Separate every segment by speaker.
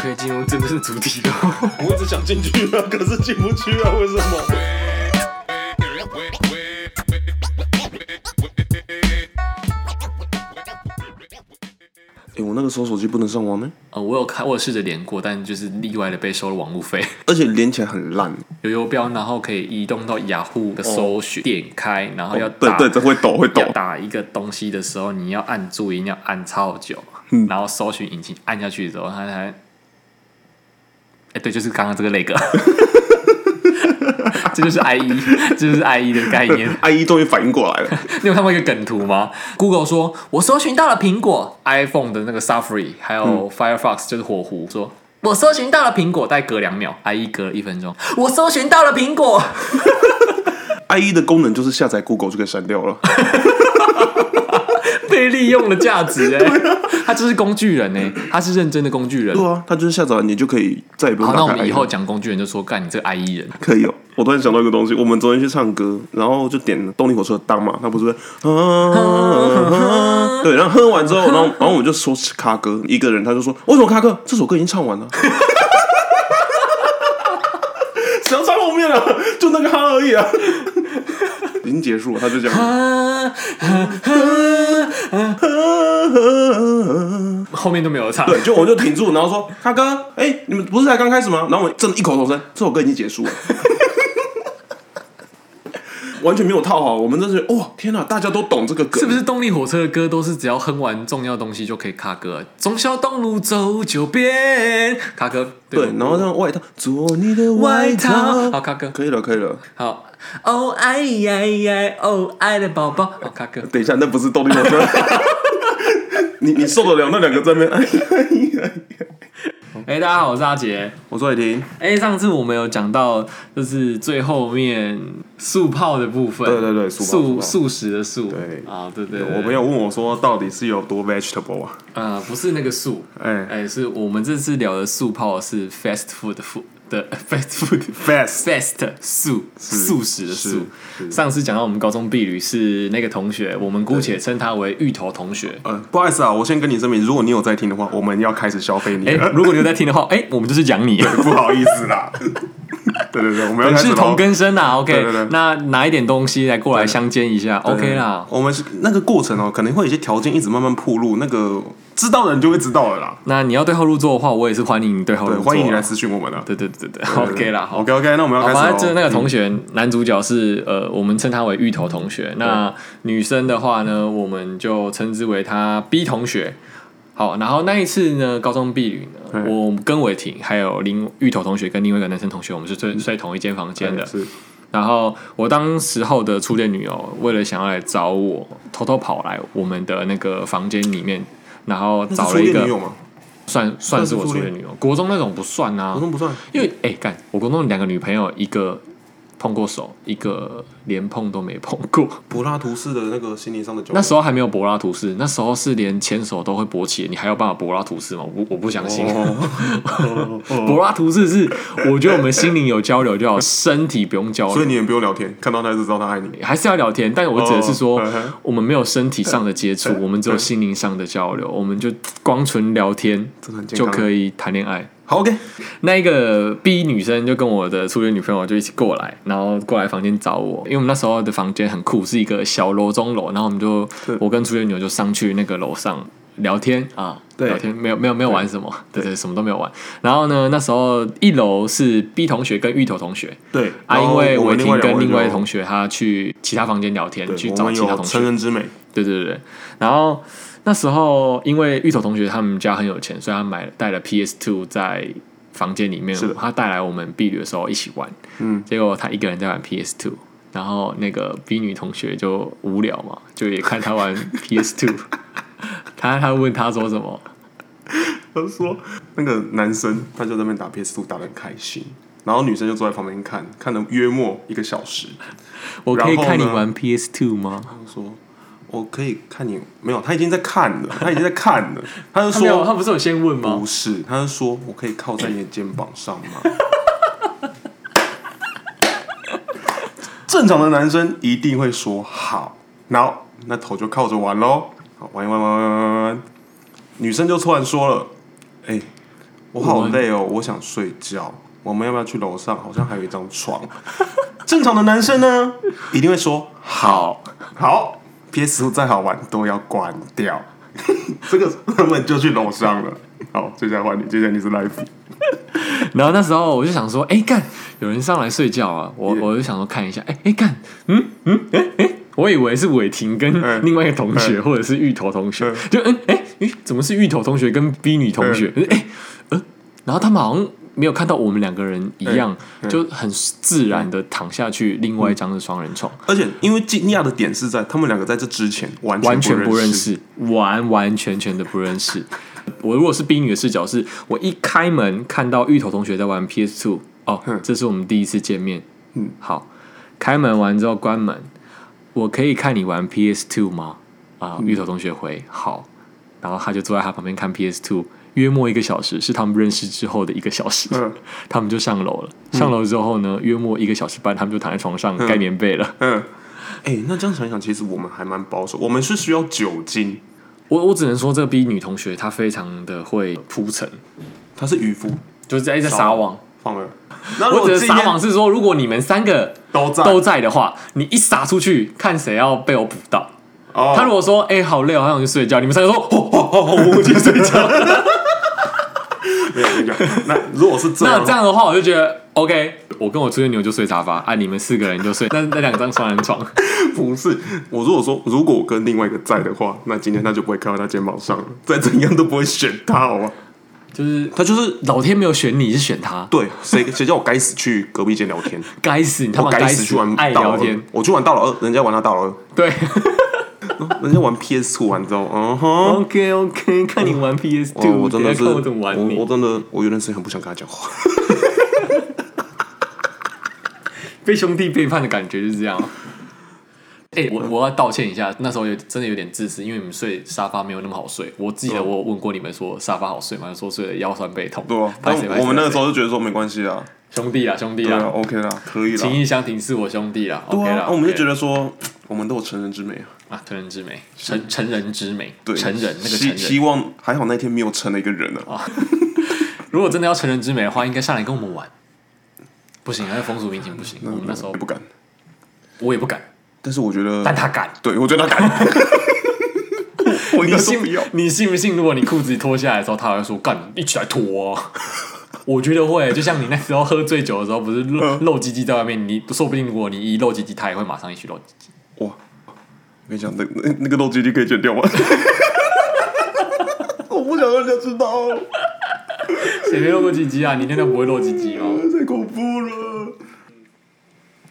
Speaker 1: 可以进入真正的主题了。
Speaker 2: 我一直想进去啊，可是进不去啊，为什么？哎、我那个时候手机不能上网呢，
Speaker 1: 呃，我有看，我有试着连过，但就是例外的被收了网路费，
Speaker 2: 而且连起来很烂。
Speaker 1: 有游标，然后可以移动到雅虎的搜寻，点开，然后要
Speaker 2: 对
Speaker 1: 打、
Speaker 2: 对，这会抖会抖
Speaker 1: 要。打一个东西的时候，你要按住，一定要按超久，然后搜寻引擎按下去之后，它才，哎、对，就是刚刚这个那个， 这就是 IE，这就是 IE 的概念。
Speaker 2: 阿姨 E 终于反应过来了，
Speaker 1: 你有看过一个梗图吗？Google 说，我搜寻到了苹果 iPhone 的那个 Safari，还
Speaker 2: 嗯
Speaker 1: 有 Firefox 就是火狐说。我搜寻到了苹果，大概隔两秒，IE 隔了一分钟。我搜寻到了苹果，
Speaker 2: 阿 E 姨的功能就是下载 Google 就可以删掉了。
Speaker 1: 被利用的价值 哎、他就是工具人哎、他是认真的工具人
Speaker 2: 啊对。啊，它就是下载完你就可以再也不用
Speaker 1: 好，
Speaker 2: 打
Speaker 1: 那
Speaker 2: 开
Speaker 1: 我
Speaker 2: IE 了。
Speaker 1: 们以后讲工具人就说，干你这个 IE 人，
Speaker 2: 可以哦。我突然想到一个东西，我们昨天去唱歌，然后就点了动力火车的当嘛，他不是会啊，对，然后哼完之后，然后然后我们就说是卡歌，一个人他就说为什么卡歌？这首歌已经唱完了。 只要唱后面了，就那个哈而已啊，已经结束了，他就讲。
Speaker 1: 后面都没有唱。
Speaker 2: 对，就我就停住，然后说：“卡哥，哎、你们不是才刚开始吗？”然后我真的异口同声，这首歌已经结束了，完全没有套好。我们真是哇，天哪，大家都懂这个梗，
Speaker 1: 是不是动力火车的歌都是只要哼完重要东西就可以卡歌？忠孝东路走九遍，卡歌。
Speaker 2: 对，然后让外套做你的外
Speaker 1: 外套，
Speaker 2: 套，
Speaker 1: 好卡歌，
Speaker 2: 可以了，可以了。
Speaker 1: 好。哦爱呀呀，哦爱的宝宝，好卡歌。
Speaker 2: 等一下，那不是动力火车。 你你受得了那两个在那边？ 哎呀哎呀
Speaker 1: 哎、大家好，我是阿杰。
Speaker 2: 我说雨婷，
Speaker 1: 哎、上次我们有讲到，就是最后面速泡的部分，
Speaker 2: 对对对速泡速
Speaker 1: 素
Speaker 2: 泡
Speaker 1: 素食的素，
Speaker 2: 对
Speaker 1: 啊，对对对，
Speaker 2: 我朋友问我说，到底是有多 vegetable 啊？
Speaker 1: 呃，不是那个素，
Speaker 2: 哎、
Speaker 1: 哎、是我们这次聊的素泡是 fast food 的 food 的 fast food
Speaker 2: f a s
Speaker 1: fast 素素食的素。
Speaker 2: 是
Speaker 1: 上次讲到我们高中婢女是那个同学，我们姑且称她为芋头同学。
Speaker 2: 呃，不好意思啊，我先跟你声明，如果你有在听的话，我们要开始消费你
Speaker 1: 哎、
Speaker 2: 了。
Speaker 1: 如果你有在听的话，哎、我们就是讲 你。
Speaker 2: 不好意思啦。对对对，我们要
Speaker 1: 我们
Speaker 2: 开始
Speaker 1: 是
Speaker 2: 喽
Speaker 1: 同。根生啊，OK，
Speaker 2: 对对对
Speaker 1: 那拿一点东西来过来相煎一下，OK 啦。
Speaker 2: 我们是那个过程哦，可能会有一些条件一直慢慢铺路，那个知道的人就会知道了啦。
Speaker 1: 那你要对号入座的话，我也是欢迎你对号入座
Speaker 2: 对，
Speaker 1: 啊。
Speaker 2: 欢迎你来私讯我们啊。
Speaker 1: 对对对对对，OK 啦，好。
Speaker 2: ，OK OK，那我们要
Speaker 1: 好，
Speaker 2: 开始哦嗯
Speaker 1: 反
Speaker 2: 喽。
Speaker 1: 正就是那个同学，男主角是呃，我们称他为芋头同学。那女生的话呢，我们就称之为他 B 同学。好，然后那一次呢，高中毕旅呢，
Speaker 2: 对
Speaker 1: 我跟伟霆还有林芋头同学跟另外一个男生同学，我们是睡睡同一间房间的。
Speaker 2: 是
Speaker 1: 然后我当时候的初恋女友，为了想要来找我，偷偷跑来我们的那个房间里面，然后
Speaker 2: 那
Speaker 1: 找
Speaker 2: 是
Speaker 1: 了
Speaker 2: 初
Speaker 1: 一
Speaker 2: 恋女
Speaker 1: 个
Speaker 2: 友吗？
Speaker 1: 算算是我初
Speaker 2: 初恋
Speaker 1: 恋女友，国中那种不算啊，
Speaker 2: 好像不算。
Speaker 1: 因为哎，干、我国中两个女朋友，一个碰过手，一个连碰都没碰过。
Speaker 2: 柏拉图式的那个心灵上的交
Speaker 1: 那
Speaker 2: 流，
Speaker 1: 时候还没有柏拉图式，那时候是连牵手都会勃起，你还有办法柏拉图式吗？我不我不相信。
Speaker 2: 哦
Speaker 1: 柏拉图式是，我觉得我们心灵有交流就好，身体不用交
Speaker 2: 所以
Speaker 1: 流，
Speaker 2: 你也不用聊天，看到他就知道他爱你。
Speaker 1: 还是要聊天。但我指的是说
Speaker 2: 哦嗯哼，
Speaker 1: 我们没有身体上的接 触，我们只有心灵上的交流，我们就光纯聊天
Speaker 2: 真的很健
Speaker 1: 就
Speaker 2: 康
Speaker 1: 可以谈恋爱。
Speaker 2: 好 OK，
Speaker 1: 那一个 B 女生就跟我的初恋女朋友就一起过来，然后过来房间找我，因为我们那时候的房间很酷，是一个小楼中楼，然后我们就
Speaker 2: 对
Speaker 1: 我跟初恋女友就上去那个楼上聊天啊，
Speaker 2: 对
Speaker 1: 聊天没有没有没有玩什么，对对，什么都没有玩。然后呢，那时候一楼是 B 同学跟芋头同学
Speaker 2: 对
Speaker 1: 啊，因为
Speaker 2: 我
Speaker 1: 伟
Speaker 2: 们
Speaker 1: 霆跟另外
Speaker 2: 一
Speaker 1: 同学他去其他房间聊天，去
Speaker 2: 对，我
Speaker 1: 找
Speaker 2: 们
Speaker 1: 其他
Speaker 2: 有
Speaker 1: 同学
Speaker 2: 成。人之美，
Speaker 1: 对对对，然后那时候因为芋头同学他们家很有钱，所以他买了带了 PS Two 在房间里面
Speaker 2: 是的，
Speaker 1: 他带来我们 B 女的时候一起玩，
Speaker 2: 嗯，
Speaker 1: 结果他一个人在玩 PS Two，然后那个 B 女同学就无聊嘛，就也看他玩 PS Two，他他问他说什么？
Speaker 2: 他说那个男生他就在那边打 PS 2打的很开心，然后女生就坐在旁边看，看了约莫一个小时。
Speaker 1: 我可以
Speaker 2: 然后呢
Speaker 1: 看你玩 PS Two 吗？
Speaker 2: 他说：“我可以看你没有？”他已经在看了，他已经在看了。他就
Speaker 1: 他没有，
Speaker 2: 说
Speaker 1: 他不是有先问：“吗
Speaker 2: 不？是。”他就说：“我可以靠在你的肩膀上吗？” 正常的男生一定会说好，然后那头就靠着玩喽，好玩一玩玩玩玩玩玩。女生就突然说了：“哎、我我好累哦，我想睡觉。我们要不要去楼上？好像还有一张床。正常的男生呢，一定会说好好。PS 再好玩都要关掉， 这个他们就去楼上了。好，接下来换你，接下来你是 life。
Speaker 1: 然后那时候我就想说，哎、干，有人上来睡觉啊！我
Speaker 2: Yeah.
Speaker 1: 我就想说看一下，哎、哎、干，嗯嗯哎哎、我以为是伟霆
Speaker 2: 嗯
Speaker 1: 跟另外一个同学，或者是芋头同学
Speaker 2: 嗯，
Speaker 1: 就嗯哎哎，怎么是芋头同学跟 B 女同学？哎、呃，然后他们好像没有看到我们两个人一样，
Speaker 2: 嗯
Speaker 1: 就很自然的躺下去另外一张的双人床，
Speaker 2: 而且因为惊讶的点是在他们两个在这之前完
Speaker 1: 完全
Speaker 2: 全
Speaker 1: 不认
Speaker 2: 认。
Speaker 1: 识，完完全全的不认识。 我如果是 B 女的视角是，我一开门看到芋头同学在玩 PS Two，哦
Speaker 2: 嗯，
Speaker 1: 这是我们第一次见面。
Speaker 2: 嗯，
Speaker 1: 好，开门完之后关门，我可以看你玩 PS Two 吗？啊、
Speaker 2: 嗯
Speaker 1: 芋头同学回好，然后他就坐在他旁边看 PS Two，约莫一个小时，是他们认识之后的一个小时。
Speaker 2: 嗯
Speaker 1: 他们就上楼了，上楼之后呢，约莫一个小时半，他们就躺在床上盖棉被了。
Speaker 2: 嗯，哎、那这样想一想，其实我们还蛮保守，我们是需要酒精，
Speaker 1: 我我只能说，这个 B 女同学她非常的会铺陈，
Speaker 2: 他是渔夫，
Speaker 1: 就是在在撒网。
Speaker 2: 放了。那如
Speaker 1: 我
Speaker 2: 果
Speaker 1: 指的
Speaker 2: 今
Speaker 1: 撒网
Speaker 2: 天
Speaker 1: 是说，如果你们三个
Speaker 2: 都在
Speaker 1: 都在的话，你一撒出去，看谁要被我捕到。
Speaker 2: 哦，
Speaker 1: 他如果说：“哎、好累哦，好想去睡觉。”你们三个说：“ 哦哦哦，我我去睡觉。
Speaker 2: 没有没有，那如果是”这样
Speaker 1: 那这样的话，我就觉得 OK。我跟我出去牛就睡沙发，啊，你们四个人就睡那那两张双人床。
Speaker 2: 不是我如果说如果我跟另外一个在的话，那今天他就不会靠到他肩膀上了，再怎样都不会选他，好吗？
Speaker 1: 就是
Speaker 2: 他就是
Speaker 1: 老天没有选你，是选他，
Speaker 2: 对谁谁叫我该死去隔壁间聊天，
Speaker 1: 该死 你他
Speaker 2: 我
Speaker 1: 妈该
Speaker 2: 死去玩
Speaker 1: 爱
Speaker 2: 大老
Speaker 1: 聊
Speaker 2: 二
Speaker 1: 天，，
Speaker 2: 我去玩大老二，人家玩他大老二，
Speaker 1: 对。
Speaker 2: 哦人家玩 PS 玩之后，嗯 哼。
Speaker 1: OK OK，看你玩 PS
Speaker 2: 哦，
Speaker 1: Two，
Speaker 2: 我真的是，
Speaker 1: 看我怎么玩
Speaker 2: 我我
Speaker 1: 你，
Speaker 2: 真的，我有段时间很不想跟他讲话。
Speaker 1: 被兄弟背叛的感觉就是这样。 哎、我我要道歉一下，那时候有真的有点自私，因为你们睡沙发没有那么好睡。我记得我有问过你们说沙发好睡吗？说睡了腰酸背痛。
Speaker 2: 啊对啊，
Speaker 1: 拍
Speaker 2: 但
Speaker 1: 谁拍谁
Speaker 2: 我们那个时
Speaker 1: 拍
Speaker 2: 候就觉得说没关系啊，
Speaker 1: 谁兄弟啦，兄弟
Speaker 2: 对啊
Speaker 1: 啦，
Speaker 2: ，OK 啦，可以啦
Speaker 1: 情，义相挺是我兄弟啦。OK
Speaker 2: 对
Speaker 1: 啦
Speaker 2: 啊，，我们就觉
Speaker 1: 得
Speaker 2: 得说，我们都有成人之美啊，
Speaker 1: 啊，成人之美，成成人之美，
Speaker 2: 对，
Speaker 1: 成人那个成
Speaker 2: 希希
Speaker 1: 人。
Speaker 2: 望还好那天没有成了一个人啊，
Speaker 1: 如果真的要成人之美的话，应该上来跟我们玩。不行，那个风俗民情不行。我们那时候
Speaker 2: 也不敢，
Speaker 1: 我也不敢，
Speaker 2: 但是我觉得，
Speaker 1: 但他敢。
Speaker 2: 对我觉得他 敢，我应
Speaker 1: 你
Speaker 2: 该说
Speaker 1: 信
Speaker 2: 不要，
Speaker 1: 你信不信？如果你裤子脱下来的时候，他还会说：“干，一起来脱、啊。”我觉得会，就像你那时候喝醉酒的时候，不是露露鸡鸡在外面，你说不定如果你一露鸡鸡，他也会马上一起露鸡鸡。
Speaker 2: 哇，我跟你讲，那那那个肉基地可以剪掉吗？ 我不想让人家知道，
Speaker 1: 谁没露过鸡鸡啊？你那天不会露鸡鸡哦。
Speaker 2: 太恐怖了。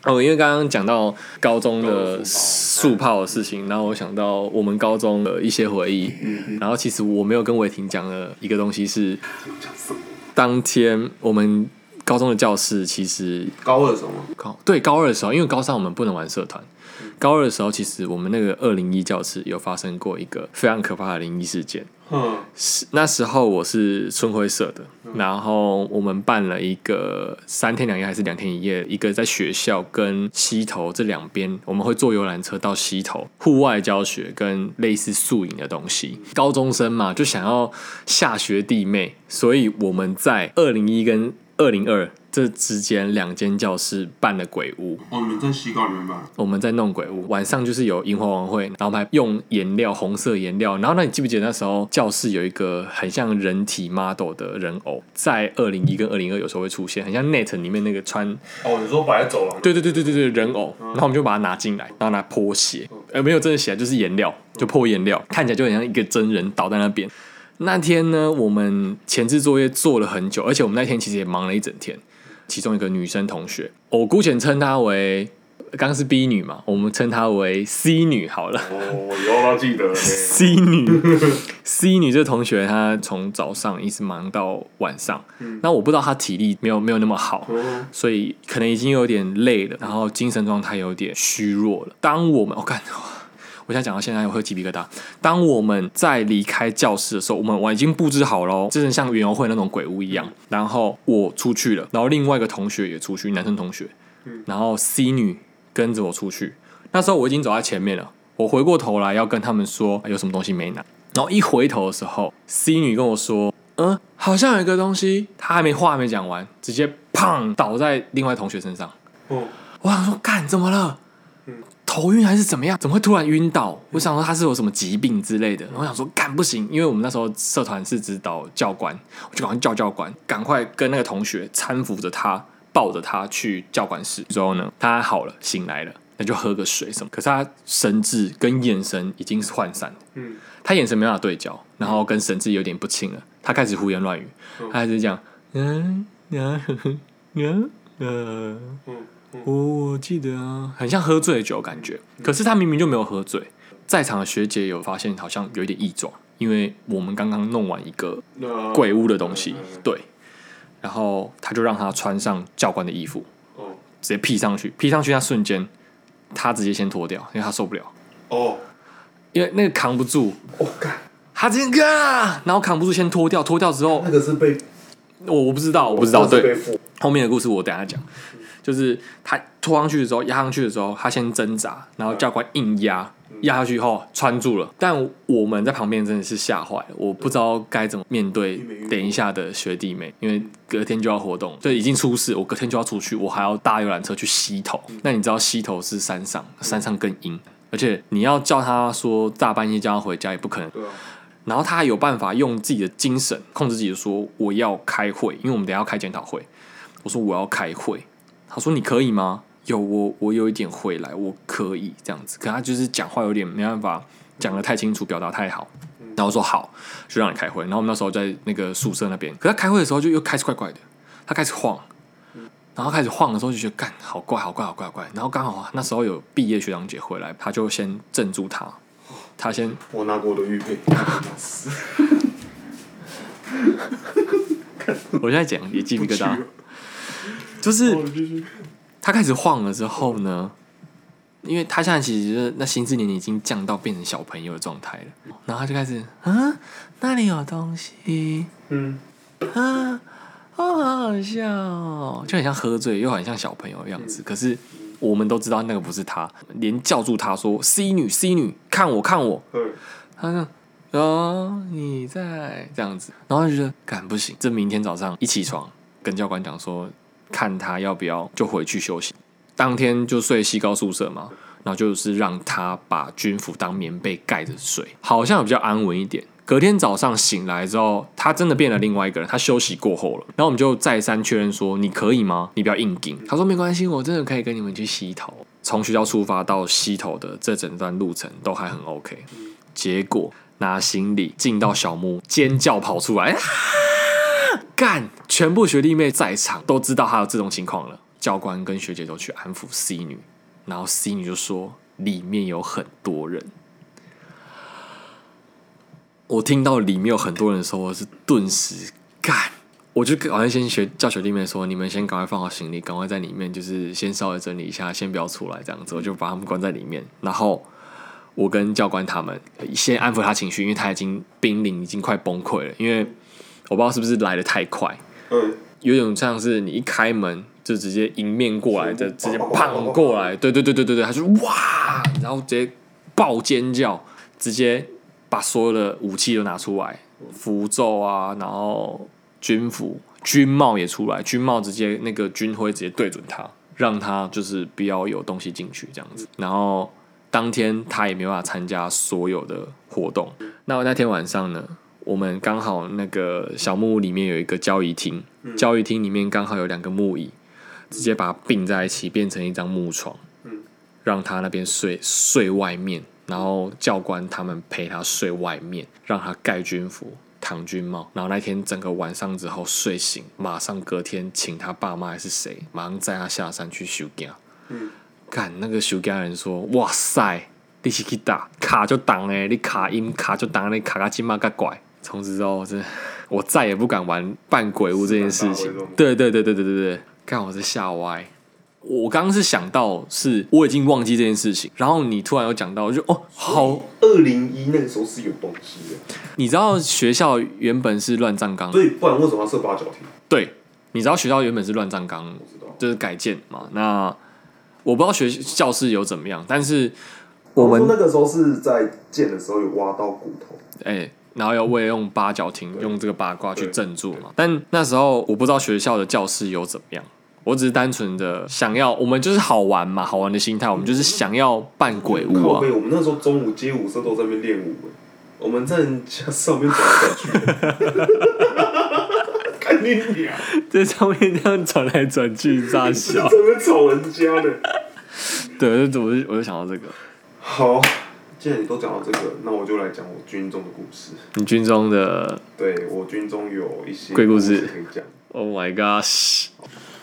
Speaker 1: 哦，因为刚刚讲到高中的
Speaker 2: 高中
Speaker 1: 速泡的事情，然后我想到我们高中的一些回忆，然后其实我没有跟伟霆讲的一个东西是，当天我们高中的教室其实
Speaker 2: 高二什么？
Speaker 1: 高对高二的时候，因为高三我们不能玩社团。高二的时候，其实我们那个二零一教室有发生过一个非常可怕的灵异事件。
Speaker 2: 哼，
Speaker 1: 是那时候我是春晖社的，然后我们办了一个三天两夜还是两天一夜，一个在学校跟溪头这两边，我们会坐游览车到溪头，户外教学跟类似宿营的东西。高中生嘛，就想要下学弟妹，所以我们在二零一跟二零二这之间两间教室办了鬼屋。
Speaker 2: 哦，你们在西高里面吧？
Speaker 1: 我们在弄鬼屋，晚上就是有萤火晚会，然后我们还用颜料，红色颜料。然后那你记不记得那时候教室有一个很像人体 model 的人偶，在二零一跟二零二有时候会出现，很像 Net 里面那个穿，
Speaker 2: 哦，你说摆在走廊？
Speaker 1: 对对对对对对人偶。然后我们就把它拿进来，然后拿泼血，呃，没有真的血，就是颜料，就泼颜料，看起来就很像一个真人倒在那边。那天呢，我们前置作业做了很久，而且我们那天其实也忙了一整天。其中一个女生同学，我姑且称她为，刚刚是 B 女嘛，我们称她为 C 女好了。
Speaker 2: 哦，以后要记得
Speaker 1: C 女，C 女这同学，她从早上一直忙到晚上。那我不知道她体力没有没有那么好，所以可能已经有点累了，然后精神状态有点虚弱了。当我们，我、看， 我现在讲到现在，我会鸡皮疙瘩。当我们在离开教室的时候，我们我已经布置好了，哦真的像园游会那种鬼屋一样。然后我出去了，然后另外一个同学也出去，男生同学，然后 C 女跟着我出去。那时候我已经走在前面了，我回过头来要跟他们说有什么东西没拿，然后一回头的时候，C 女跟我说：“嗯，好像有一个东西，他还没话还没讲完，直接砰倒在另外同学身上。
Speaker 2: 哦，
Speaker 1: 我想说，干怎么了？头晕还是怎么样？怎么会突然晕倒？我想说他是有什么疾病之类的。然后我想说，干不行，因为我们那时候社团是指导教官，我就赶快叫教官，赶快跟那个同学搀扶着他，抱着他去教官室。之后呢，他好了，醒来了，那就喝个水什么。可是他神志跟眼神已经是涣散的，
Speaker 2: 嗯，
Speaker 1: 他眼神没办法对焦，然后跟神志有点不清了，他开始胡言乱语，他开始讲，嗯，嗯，嗯，嗯，嗯。
Speaker 2: 嗯嗯，
Speaker 1: 我我记得啊，很像喝醉的酒感觉。可是他明明就没有喝醉，在场的学姐有发现好像有一点异状，因为我们刚刚弄完一个
Speaker 2: 那
Speaker 1: 鬼屋的东西
Speaker 2: 嗯嗯嗯，
Speaker 1: 对，然后他就让他穿上教官的衣服，
Speaker 2: 哦
Speaker 1: 直接披上去，披上去那瞬间，他直接先脱掉，因为他受不了，
Speaker 2: 哦，
Speaker 1: 因为那个扛不住，
Speaker 2: 我干，
Speaker 1: 他直接啊，然后扛不住先脱掉，脱掉之后
Speaker 2: 那，个是被
Speaker 1: 我我不知道，我不知道，
Speaker 2: 是
Speaker 1: 对，
Speaker 2: 被附
Speaker 1: 后面的故事我等一下讲。就是他拖上去的时候，压上去的时候，他先挣扎，然后教官硬压，压下去后穿住了。但我们在旁边真的是吓坏了，我不知道该怎么面对
Speaker 2: 没遇过
Speaker 1: 等一下的学弟妹，因为隔天就要活动，就已经出事，我隔天就要出去，我还要搭游览车去溪头。那你知道溪头是山上，山上更阴，而且你要叫他说大半夜叫他回家也不可能，
Speaker 2: 对啊，
Speaker 1: 然后他还有办法用自己的精神控制自己，说我要开会，因为我们等一下要开检讨会。我说我要开会，他说你可以吗？有我我有一点会来，我可以这样子。可他就是讲话有点没办法讲的太清楚，表达太好。然后说好，就让你开会。然后我们那时候在那个宿舍那边，可他开会的时候就又开始怪怪的，他开始晃，然后开始晃的时候就觉得干好怪好怪好怪好怪。然后刚好那时候有毕业学长姐回来，他就先镇住他，他先
Speaker 2: 我拿过我的玉佩，
Speaker 1: 我现在讲也鸡皮疙
Speaker 2: 不
Speaker 1: 瘩
Speaker 2: 去了，
Speaker 1: 就是
Speaker 2: 我就是
Speaker 1: 他开始晃了之后呢，因为他现在其实就是那心智年龄已经降到变成小朋友的状态了，然后他就开始啊，那里有东西
Speaker 2: 嗯，
Speaker 1: 啊，哦，好好笑、哦，就很像喝醉，又很像小朋友的样子。可是我们都知道那个不是他，连叫住他说 “C 女，C 女，看我，看我”，
Speaker 2: 对，
Speaker 1: 他说：“哦，你在这样子。”然后就觉得干不行，这明天早上一起床跟教官讲说，看他要不要就回去休息。当天就睡西高宿舍嘛，然后就是让他把军服当棉被盖着睡，好像比较安稳一点。隔天早上醒来之后，他真的变了另外一个人，他休息过后了。然后我们就再三确认说：“你可以吗？你不要硬顶。”他说：“没关系，我真的可以跟你们去溪头。”从学校出发到溪头的这整段路程都还很 OK。结果拿行李进到小木，尖叫跑出来，啊！ 干！全部学弟妹在场都知道她有这种情况了，教官跟学姐都去安抚 C 女，然后 C 女就说里面有很多人。我听到里面有很多人的时候，我是顿时干，我就赶快先学叫学弟妹说，你们先赶快放好行李，赶快在里面就是先稍微整理一下，先不要出来这样子，我就把他们关在里面，然后。我跟教官他们先安抚他情绪，因为他已经濒临，已经快崩溃了。因为我不知道是不是来的太快，
Speaker 2: 嗯，
Speaker 1: 有点像是你一开门就直接迎面过来的，直接砰过来，对对对对对对，他就哇，然后直接爆尖叫，直接把所有的武器都拿出来，符咒啊，然后军服、军帽也出来，军帽直接那个军徽直接对准他，让他就是不要有东西进去这样子。然后当天他也没办法参加所有的活动。那那天晚上呢，我们刚好那个小木屋里面有一个交易厅，交易厅里面刚好有两个木椅，直接把它并在一起，变成一张木床，
Speaker 2: 嗯
Speaker 1: 让他那边睡睡外面，然后教官他们陪他睡外面，让他盖军服。扛军帽，然后那天整个晚上之后睡醒，马上隔天请他爸妈还是谁，马上载他下山去休假。嗯干那个修家人说：“哇塞，你是去打卡就打哎，你卡音卡就打你卡卡金嘛个拐。”从此之后，真的我再也不敢玩扮鬼屋这件事
Speaker 2: 是
Speaker 1: 情
Speaker 2: 蛮大的那种。
Speaker 1: 对对对对对对对，干我是吓歪。我刚刚是想到是我已经忘记这件事情，然后你突然有讲到，我就哦好，
Speaker 2: 二零一那个时候是有东西的，
Speaker 1: 你知道学校原本是乱葬岗，
Speaker 2: 所以不然为什么要设八角亭？
Speaker 1: 对，你知道学校原本是乱葬岗
Speaker 2: 不知道，
Speaker 1: 就是改建嘛。那我不知道学教室有怎么样，但是
Speaker 2: 说那个时候是在建的时候有挖到骨头，
Speaker 1: 哎、然后要为了用八角亭用这个八卦去振作嘛。但那时候我不知道学校的教室有怎么样，我只是单纯的想要，我们就是好玩嘛，好玩的心态，我们就是想要扮鬼屋
Speaker 2: 靠
Speaker 1: 啊
Speaker 2: 背，。我们那时候中午街舞社都在那边练舞，我们在人家上面走来走去，看你俩
Speaker 1: 在上面这样转来转去，大
Speaker 2: 在
Speaker 1: 小。
Speaker 2: 那吵人家的。
Speaker 1: 对，我就我就我就想到这个，
Speaker 2: 好，既然你都讲到这个，那我就来讲我军中的故事。
Speaker 1: 你军中的
Speaker 2: 对我军中有一些
Speaker 1: 鬼故事
Speaker 2: 可以讲。
Speaker 1: ，Oh my gosh，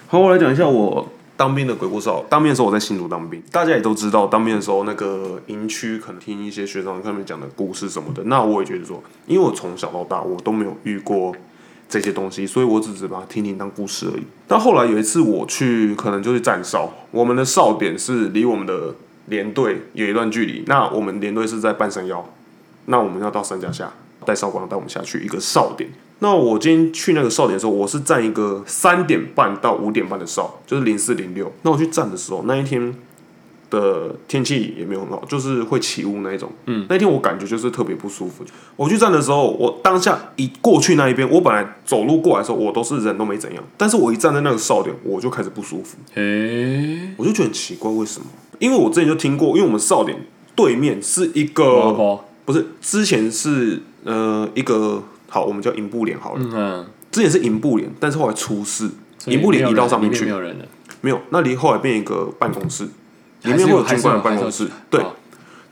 Speaker 2: 好，我来讲一下我当兵的鬼故事好了。当兵的时候我在新竹当兵，大家也都知道，当兵的时候那个营区可能听一些学长他们讲的故事什么的。那我也觉得说，因为我从小到大我都没有遇过这些东西，所以我只是把它听听当故事而已。但后来有一次我去，可能就是站哨，我们的哨点是离我们的连队有一段距离，那我们连队是在半山腰，那我们要到山脚下，带哨官带我们下去一个哨点。那我今天去那个哨点的时候，我是站一个三点半到五点半的哨，就是零四零六。那我去站的时候，那一天的天气也没有很好，就是会起雾那一种。嗯，那一天我感觉就是特别不舒服。我去站的时候，我当下一过去那一边，我本来走路过来的时候，我都是人都没怎样，但是我一站在那个哨点，我就开始不舒服。
Speaker 1: 诶，
Speaker 2: 我就觉得很奇怪，为什么？因为我之前就听过，因为我们哨点对面是一个
Speaker 1: 宝宝，
Speaker 2: 不是，之前是呃一个好，我们叫银布帘好了，
Speaker 1: 嗯，
Speaker 2: 之前是银布帘，但是后来出事，银布帘移到上面去，
Speaker 1: 没有人了，
Speaker 2: 没有，那离后来变一个办公室，里
Speaker 1: 还是
Speaker 2: 面会
Speaker 1: 有
Speaker 2: 军官的办公室，对，
Speaker 1: 哦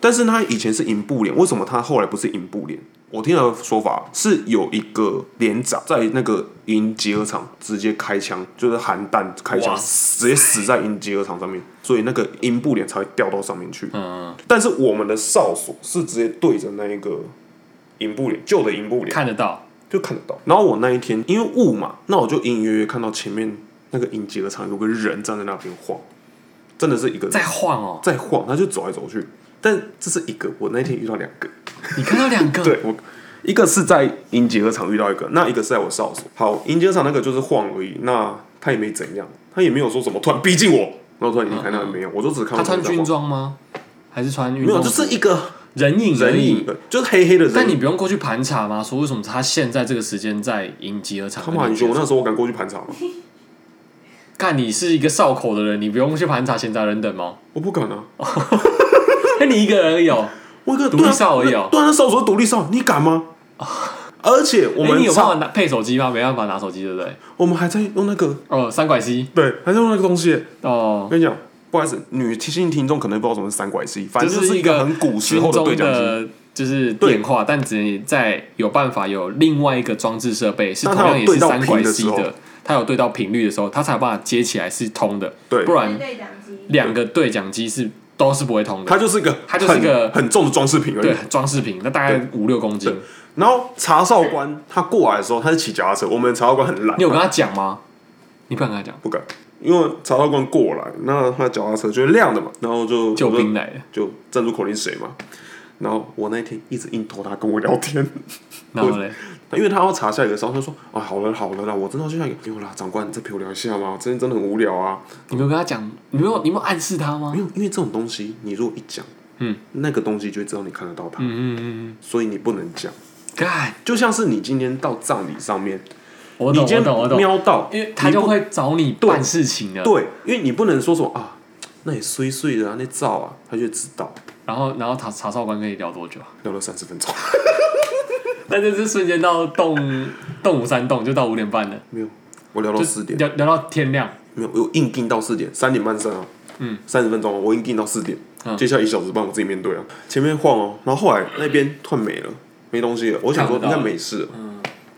Speaker 2: 但是他以前是银布帘，为什么他后来不是银布帘？我听到的说法是有一个连长在那个营集合场直接开枪，就是含弹开枪，
Speaker 1: 哇
Speaker 2: 直接死在营集合场上面，所以那个银布帘才会掉到上面去。
Speaker 1: 嗯，
Speaker 2: 但是我们的哨所是直接对着那一个银布帘，旧的银布帘
Speaker 1: 看得到，
Speaker 2: 就看得到。然后我那一天因为雾嘛，那我就隐隐约约看到前面那个影集的场有个人站在那边晃，真的是一个
Speaker 1: 在晃哦，
Speaker 2: 在晃，他就走来走去。但这是一个，我那天遇到两个，
Speaker 1: 你看到两个，
Speaker 2: 对我。一个是在银结合场遇到一个，那一个是在我哨所。好，银结合场那个就是晃而已，那他也没怎样，他也没有说什么突然逼近我，然后突然离开那个没有，我就只是看
Speaker 1: 哦他
Speaker 2: 到
Speaker 1: 穿
Speaker 2: 人在
Speaker 1: 军
Speaker 2: 晃，
Speaker 1: 装吗？还是穿运
Speaker 2: 没
Speaker 1: 动
Speaker 2: 有，
Speaker 1: 服？
Speaker 2: 就是一个
Speaker 1: 人影而
Speaker 2: 人
Speaker 1: 已
Speaker 2: 影，就是黑黑的人影。
Speaker 1: 但你不用过去盘查吗？说为什么他现在这个时间在营集合场？
Speaker 2: 他妈，你觉得我那时候我敢过去盘查吗？
Speaker 1: 干你是一个哨口的人，你不用去盘查闲杂人等吗？
Speaker 2: 我不敢啊！
Speaker 1: 那你一个人而已哦，
Speaker 2: 我一个
Speaker 1: 独
Speaker 2: 对啊
Speaker 1: 立哨而已哦
Speaker 2: 对啊，那哨所是独立哨，你敢 吗？而且我
Speaker 1: 诶
Speaker 2: 们
Speaker 1: 哎你有办法
Speaker 2: 哨，
Speaker 1: 拿配手机吗？没办法拿手机，对不对？
Speaker 2: 我们还在用那个，
Speaker 1: 哦，三拐 C
Speaker 2: 对，还在用那个东西。我
Speaker 1: 哦，
Speaker 2: 跟你讲，不好意思，女性听众可能不知道什么是三拐 C，反正
Speaker 1: 这
Speaker 2: 就是是
Speaker 1: 一
Speaker 2: 一
Speaker 1: 个
Speaker 2: 个很古时候
Speaker 1: 军中
Speaker 2: 的对讲机。
Speaker 1: 的就是电话，但只在有办法有另外一个装置设备是同样也是三拐 C
Speaker 2: 当它有对到频的时
Speaker 1: 的
Speaker 2: 候，
Speaker 1: 它有对到频率的时候，它才有办法接起来是通的，
Speaker 2: 对
Speaker 1: 不然
Speaker 3: 对讲机，
Speaker 1: 两个对讲机是都是不会通的。
Speaker 2: 它就是一个很，
Speaker 1: 它就是一个
Speaker 2: 很重的装饰品而
Speaker 1: 对
Speaker 2: 已。，
Speaker 1: 装饰品，那大概五六公斤。
Speaker 2: 然后查哨官他过来的时候，他是骑脚踏车，我们查哨官很懒
Speaker 1: 你，有跟他讲吗？你不敢跟他讲，
Speaker 2: 不敢，因为查哨官过来，那他脚踏车就是亮的嘛，然后就
Speaker 1: 救
Speaker 2: 我就
Speaker 1: 兵来了，
Speaker 2: 就站住口令水嘛。然后我那一天一直硬拖他跟我聊天，
Speaker 1: 然后嘞，
Speaker 2: 因为他要查下一个时候，他说：“啊，好了好了啦，我真的要去下一个。”没有啦，长官，你再陪我聊一下嘛，真的真的很无聊啊。
Speaker 1: 你没有跟他讲，你没有，你没有暗示他吗
Speaker 2: 没？有，因为这种东西，你如果一讲，
Speaker 1: 嗯，
Speaker 2: 那个东西就会知道你看得到它，
Speaker 1: 嗯嗯嗯，
Speaker 2: 所以你不能讲。
Speaker 1: 干，
Speaker 2: 就像是你今天到葬礼上面，
Speaker 1: 我
Speaker 2: 你
Speaker 1: 懂，
Speaker 2: 今
Speaker 1: 我懂，我
Speaker 2: 天
Speaker 1: 懂，
Speaker 2: 瞄到，
Speaker 1: 因为他
Speaker 2: 你
Speaker 1: 就
Speaker 2: 不
Speaker 1: 会找你办事情的，，
Speaker 2: 对，因为你不能说什么啊，那也碎碎的啊，那照啊，他就知道。
Speaker 1: 然后然后查查哨官跟你聊多久 啊？
Speaker 2: 聊了三十分钟，
Speaker 1: 但这是瞬间到动动五三动就到五点半了，
Speaker 2: 没有，我聊到
Speaker 1: 就
Speaker 2: 四点，
Speaker 1: 聊聊到天亮，
Speaker 2: 没有，我硬定到四点，三点半上啊，
Speaker 1: 嗯，
Speaker 2: 三十分钟啊，我硬定到四点，
Speaker 1: 嗯
Speaker 2: 接下来一小时半我自己面对啊，前面晃哦，然后后来那边突然没了，没东西了，我想说
Speaker 1: 看不
Speaker 2: 应
Speaker 1: 到嗯
Speaker 2: 该没事了，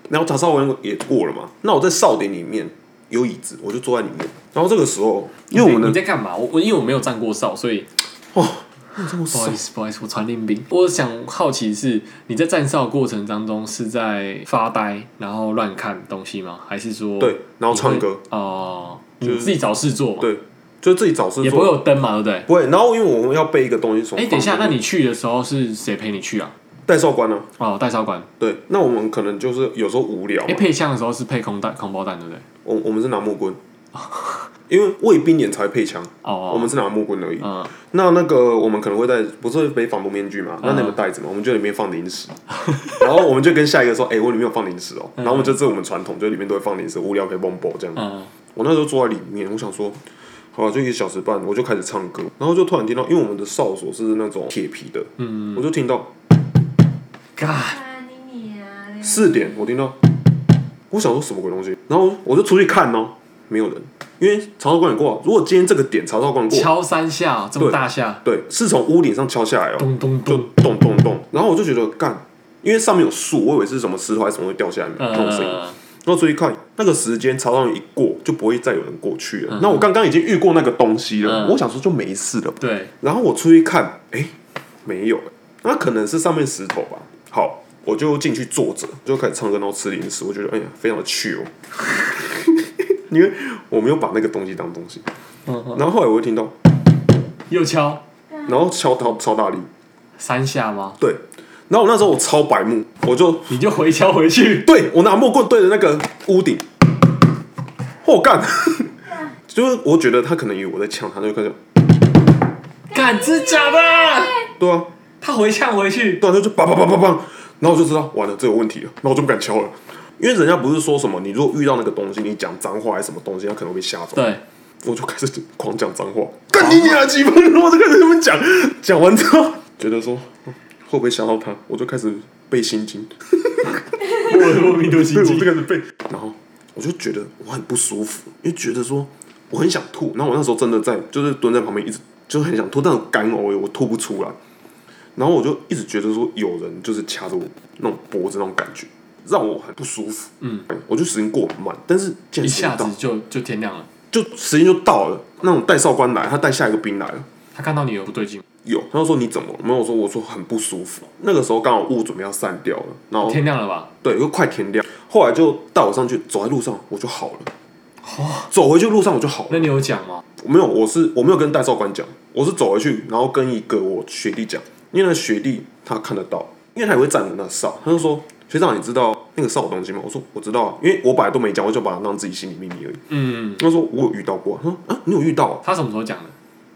Speaker 2: 然后查哨完也过了嘛，那我在哨点里面有椅子，我就坐在里面，然后这个时候，因为我
Speaker 1: 你
Speaker 2: 们
Speaker 1: 在
Speaker 2: 的
Speaker 1: 干嘛？我我因为我没有站过哨，所以
Speaker 2: 哦，那这么
Speaker 1: 不
Speaker 2: 少
Speaker 1: 好意，思，不好意思，我传令兵。我想好奇是你在站哨过程当中是在发呆，然后乱看东西吗？还是说
Speaker 2: 对，然后唱歌，
Speaker 1: 哦、
Speaker 2: 是
Speaker 1: 你自己找事做嘛？，
Speaker 2: 对，就自己找事
Speaker 1: 也不会
Speaker 2: 做，
Speaker 1: 有灯嘛，对不对？
Speaker 2: 不会，然后因为我们要背一个东西从，
Speaker 1: 哎、等一下，那你去的时候是谁陪你去啊？
Speaker 2: 带哨官呢？
Speaker 1: 哦，带哨管。
Speaker 2: 对，那我们可能就是有时候无聊
Speaker 1: 哎、
Speaker 2: 嘛，
Speaker 1: 配枪的时候是配空弹、空包弹，对不对？
Speaker 2: 我我们是拿木棍，因因为卫兵演才会配枪，
Speaker 1: 哦
Speaker 2: 我们是拿木棍而已。
Speaker 1: 嗯
Speaker 2: 那那个我们可能会带，不是没防毒面具嘛？那你们带着嘛？我们就里面放零食， 然后我们就跟下一个说：“哎、我里面有放零食哦、然后我们就这是我们传统，就里面都会放零食，无聊可以蹦蹦这样。
Speaker 1: 嗯
Speaker 2: 我那时候坐在里面，我想说，好、啊，就一个小时半，我就开始唱歌，然后就突然听到，因为我们的哨所是那种铁皮的，嗯，我就听到
Speaker 1: ，God，
Speaker 2: 四点，我听到，我想说什么鬼东西，然后我就出去看哦，没有人，因为查哨官也过啊，如果今天这个点查哨官过，
Speaker 1: 敲三下，这么大下，
Speaker 2: 对，是从屋顶上敲下来哦，
Speaker 1: 咚咚
Speaker 2: 就
Speaker 1: 咚，
Speaker 2: 咚咚咚，然后我就觉得干，因为上面有树，我以为是什么石头还是什么会掉下来那种声音，
Speaker 1: 呃，
Speaker 2: 然后注意看，那个时间朝上一过，就不会再有人过去了。那我刚刚已经遇过那个东西了，
Speaker 1: 嗯
Speaker 2: 我想说就没事了。
Speaker 1: 对，
Speaker 2: 然后我出去看，哎、没有、那可能是上面石头吧。好，我就进去坐着，就开始唱歌，然后吃零食。我觉得哎呀，非常的 chill，因为我没有把那个东西当东西。
Speaker 1: 嗯嗯，
Speaker 2: 然后后来我就听到，
Speaker 1: 又敲
Speaker 2: 然后敲超超大力，
Speaker 1: 三下吗？
Speaker 2: 对。然后我那时候我超白目，我就
Speaker 1: 你就回敲回去，
Speaker 2: 对我拿木棍对着那个屋顶，我、 干，就是我觉得他可能以为我在呛他，就开始，
Speaker 1: 干，真假的？
Speaker 2: 对啊，
Speaker 1: 他回呛回去，
Speaker 2: 对啊，他就叭叭叭叭叭，然后我就知道完了这有问题了，然后我就不敢敲了，因为人家不是说什么，你如果遇到那个东西，你讲脏话还是什么东西，他可能会被吓走，
Speaker 1: 对，
Speaker 2: 我就开始狂讲脏话，啊干你娘几分钟，我就开始这么讲，讲完之后觉得说嗯会不会吓到他，我就开始背心经，
Speaker 1: 我莫 名都
Speaker 2: 对，
Speaker 1: 心
Speaker 2: 我就
Speaker 1: 机，
Speaker 2: 开始背，然后我就觉得我很不舒服，因为觉得说我很想吐，然后我那时候真的在就是蹲在旁边一直就是很想吐，但是干呕欸我吐不出来，然后我就一直觉得说有人就是掐着我那种脖子那种感觉，让我很不舒服，嗯，我就时间过很慢，但是竟然
Speaker 1: 一
Speaker 2: 时间
Speaker 1: 下
Speaker 2: 到
Speaker 1: 子就就天亮了。
Speaker 2: 就时间就到了，那种带哨官来，他带下一个兵来了。
Speaker 1: 他看到你有不对劲，
Speaker 2: 有，他就说你怎么了？没有，我说我说很不舒服。那个时候刚好雾准备要散掉了，然后
Speaker 1: 天亮了吧？
Speaker 2: 对，又快天亮。后来就带我上去，走在路上我就好了。走回去路上我就好了
Speaker 1: 那。你有讲吗？
Speaker 2: 没有，我是我没有跟戴少官讲，我是走回去，然后跟一个我学弟讲，因为那学弟他看得到，因为他也会站着那哨，他就说学长你知道那个哨有东西吗？我说我知道啊，因为我本来都没讲，我就把它当自己心里秘密而已。
Speaker 1: 嗯，
Speaker 2: 他说我有遇到过啊，他说啊你有遇到、啊？
Speaker 1: 他什么时候讲的？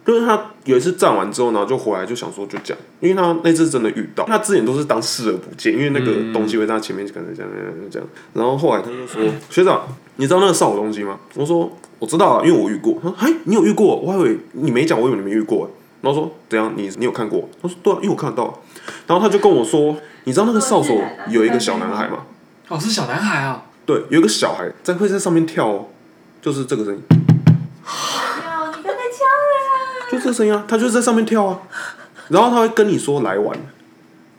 Speaker 2: 就是他有一次站完之后，然后就回来就想说就讲，因为他那次真的遇到，他之前都是当视而不见，因为那个东西会在他前面可能这样这样这样，然后后来他就说学长，你知道那个少的东西吗？我说我知道啊，因为我遇过。他说哎，你有遇过？我还以为你没讲，我以为你没遇过。然后说怎样？你你有看过？他说对啊，因为我看得到。然后他就跟我说，你知道那个哨所有一个小男孩吗？
Speaker 1: 哦，是小男孩啊，
Speaker 2: 对，有一个小孩在会在上面跳哦，就是这个声音，
Speaker 3: 你刚才敲了啦！
Speaker 2: 就这声音啊，他就是在上面跳啊，然后他会跟你说来玩，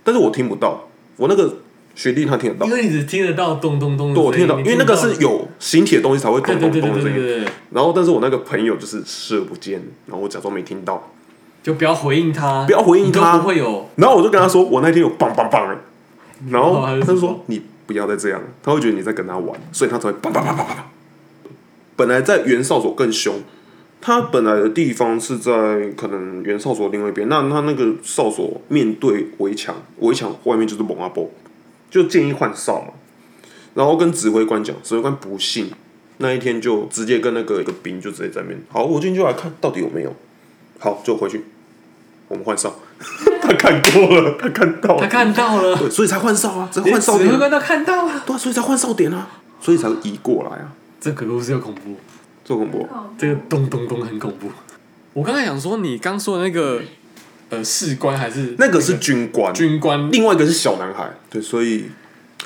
Speaker 2: 但是我听不到，我那个学弟他听得到
Speaker 1: 因，为你只听得到咚咚咚的
Speaker 2: 对
Speaker 1: 声
Speaker 2: 我
Speaker 1: 音，
Speaker 2: 听得到，
Speaker 1: 你
Speaker 2: 因为那个是
Speaker 1: 不
Speaker 2: 有形体的东西才会
Speaker 1: 到对
Speaker 2: 咚咚
Speaker 1: 对对
Speaker 2: 咚的
Speaker 1: 对对
Speaker 2: 声音，
Speaker 1: 对对，
Speaker 2: 然后但是我那个朋友就是视而不见，然后我假装没听到，
Speaker 1: 就不要回应他，
Speaker 2: 不要回应他
Speaker 1: 你都不会有
Speaker 2: 然后我就跟他说我那天有棒棒棒，然后
Speaker 1: 然后他就
Speaker 2: 他就
Speaker 1: 说
Speaker 2: 说你不要再这样，他会觉得你在跟他玩，所以他才会棒棒棒棒棒。本来在袁少佐更凶，他本来的地方是在可能袁少佐另外一边，那他那个哨所面对围墙，围墙外面就是蒙阿波，就建议换哨嘛。然后跟指挥官讲，指挥官不信，那一天就直接跟那个一个兵就直接在那边，好，我进去来看到底有没有，好就回去，我们换哨。 他看过了，他看到了，
Speaker 1: 他看到了，
Speaker 2: 对，所以才换哨啊，才
Speaker 1: 连
Speaker 2: 换哨
Speaker 1: 指
Speaker 2: 点
Speaker 1: 挥
Speaker 2: 啊，
Speaker 1: 官都看到了，
Speaker 2: 对啊，所以才换哨点啊，所以才移过来啊，
Speaker 1: 这个故事又恐怖，
Speaker 2: 做恐怖。
Speaker 3: 哦
Speaker 1: 这个咚咚咚很恐怖。我刚才想说，你刚说的那个呃士官还是
Speaker 2: 那个是军官，
Speaker 1: 军官，
Speaker 2: 另外一个是小男孩，对，所以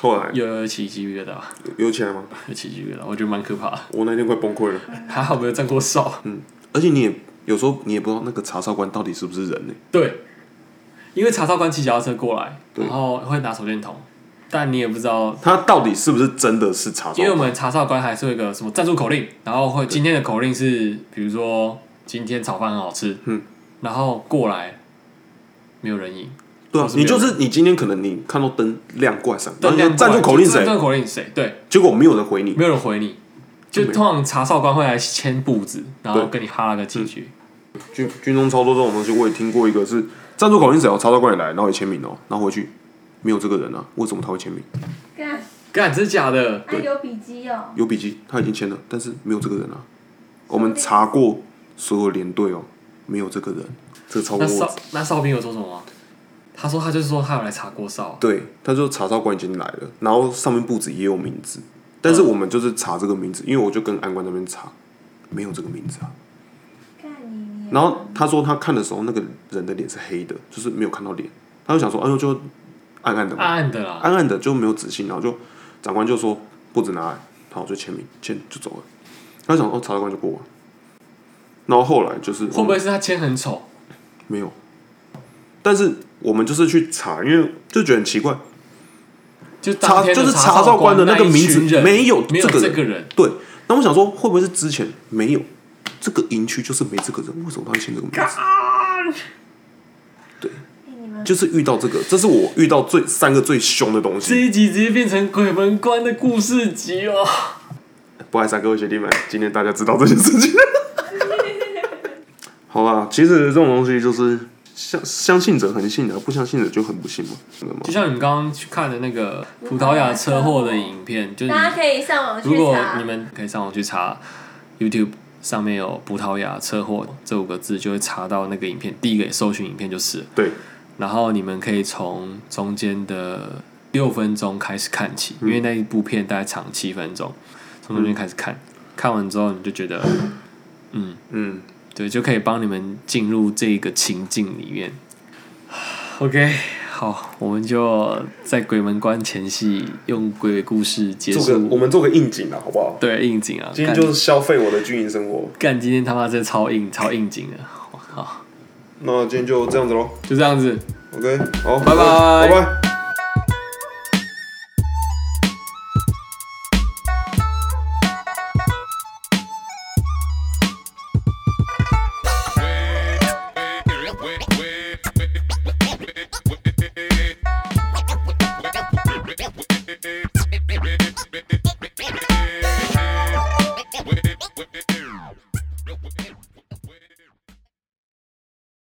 Speaker 2: 后来
Speaker 1: 有有奇迹遇到，
Speaker 2: 有起来吗？
Speaker 1: 有奇迹遇到，我觉得蛮可怕的。
Speaker 2: 我那天快崩溃了，
Speaker 1: 还好没有站过哨。
Speaker 2: 嗯， 而且你也有时候你也不知道那个查哨官到底是不是人呢、
Speaker 1: 对，因为查哨官骑脚踏车过来，
Speaker 2: 对
Speaker 1: 然后会拿手电筒，但你也不知道，
Speaker 2: 他到底是不是真的是查哨
Speaker 1: 因为我
Speaker 2: 官？
Speaker 1: 们查哨官还是有一个什么战术口令，然后会今天的口令是，比如说今天炒饭很好吃，
Speaker 2: 嗯，
Speaker 1: 然后过来没有人赢，
Speaker 2: 对啊
Speaker 1: 我，是没
Speaker 2: 你
Speaker 1: 有
Speaker 2: 就是你今天可能你看到灯亮过来闪，然后你
Speaker 1: 亮
Speaker 2: 就
Speaker 1: 过
Speaker 2: 站
Speaker 1: 来
Speaker 2: 住口令谁
Speaker 1: 战？术口令谁？对，
Speaker 2: 结果没有人回你，
Speaker 1: 没有人回你。就
Speaker 2: 没有
Speaker 1: 通常查哨官会来签簿子，然后
Speaker 2: 对嗯
Speaker 1: 跟你哈拉个几句。
Speaker 2: 军军中操作这种东西，我也听过一个是站住口令谁哦，查哨官也来，然后也签名哦，然后回去没有这个人啊，为什么他会签名？
Speaker 3: 干，
Speaker 1: 干，真的假的？
Speaker 3: 还有笔记哦。
Speaker 2: 有笔记，他已经签了，但是没有这个人啊，我们查过所有连队哦，没有这个人，这个超
Speaker 1: 那
Speaker 2: 过
Speaker 1: 哨
Speaker 2: 我。
Speaker 1: 那哨兵有做什么吗？他说他就是说他有来查过哨，
Speaker 2: 对，他就查到官已经来了，然后上面簿子也有名字，但是
Speaker 1: 嗯
Speaker 2: 我们就是查这个名字，因为我就跟安官那边查，没有这个名字啊。
Speaker 3: 干你娘！
Speaker 2: 然后他说他看的时候，那个人的脸是黑的，就是没有看到脸，他就想说，哎呦，就暗暗的嘛，
Speaker 1: 暗暗的啦。
Speaker 2: 嗯暗暗的就没有仔细，然后就长官就说簿子拿来，然后我就签名签就走了。他就想哦，查察官就过完。然后后来就是哦
Speaker 1: 会不会是他签很丑？
Speaker 2: 没有？但是我们就是去查，因为就觉得很奇怪，
Speaker 1: 就
Speaker 2: 查
Speaker 1: 当天
Speaker 2: 就是
Speaker 1: 查
Speaker 2: 查
Speaker 1: 哨
Speaker 2: 照官的那个名字
Speaker 1: 那一群人
Speaker 2: 没有
Speaker 1: 没有
Speaker 2: 这个
Speaker 1: 这
Speaker 2: 人
Speaker 1: 个人，
Speaker 2: 对，那我想说，会不会是之前没有这个营区就是没这个人？为什么他会签这个名字？对，
Speaker 3: 哎你们
Speaker 2: 就是遇到这个，这是我遇到最三个最凶的东
Speaker 1: 这
Speaker 2: 西。
Speaker 1: 一集直接变成鬼门关的故事集哦。
Speaker 2: 不好意思、啊，各位学弟们，今天大家知道这件事情。 好啦，其实这种东西就是相相信者恒信的，不相信者就很不信嘛，真的吗
Speaker 1: 就？像你们刚刚去看的那个葡萄牙车祸的影片，就是你
Speaker 3: 大家可以上网去
Speaker 1: 如果
Speaker 3: 查
Speaker 1: 你。们可以上网去查 YouTube 上面有葡萄牙车祸这五个字，就会查到那个影片，第一个搜寻影片就是了。
Speaker 2: 对，
Speaker 1: 然后你们可以从中间的六分钟开始看起，因为那一部片大概长七分钟，从中间开始看，看完之后你就觉得，嗯，
Speaker 2: 嗯，
Speaker 1: 对，就可以帮你们进入这个情境里面。OK，好，我们就在鬼门关前夕用鬼故事结
Speaker 2: 做个我
Speaker 1: 束。
Speaker 2: 们做个应景啦，好不好？
Speaker 1: 对，应景啊！
Speaker 2: 今天
Speaker 1: 干
Speaker 2: 就是消费我的军营生活，
Speaker 1: 干，今天他妈真的超硬，超应景的，我靠，
Speaker 2: 那今天就这样子喽。
Speaker 1: 就这样子。
Speaker 2: OK，好，
Speaker 1: 拜拜
Speaker 2: 拜拜。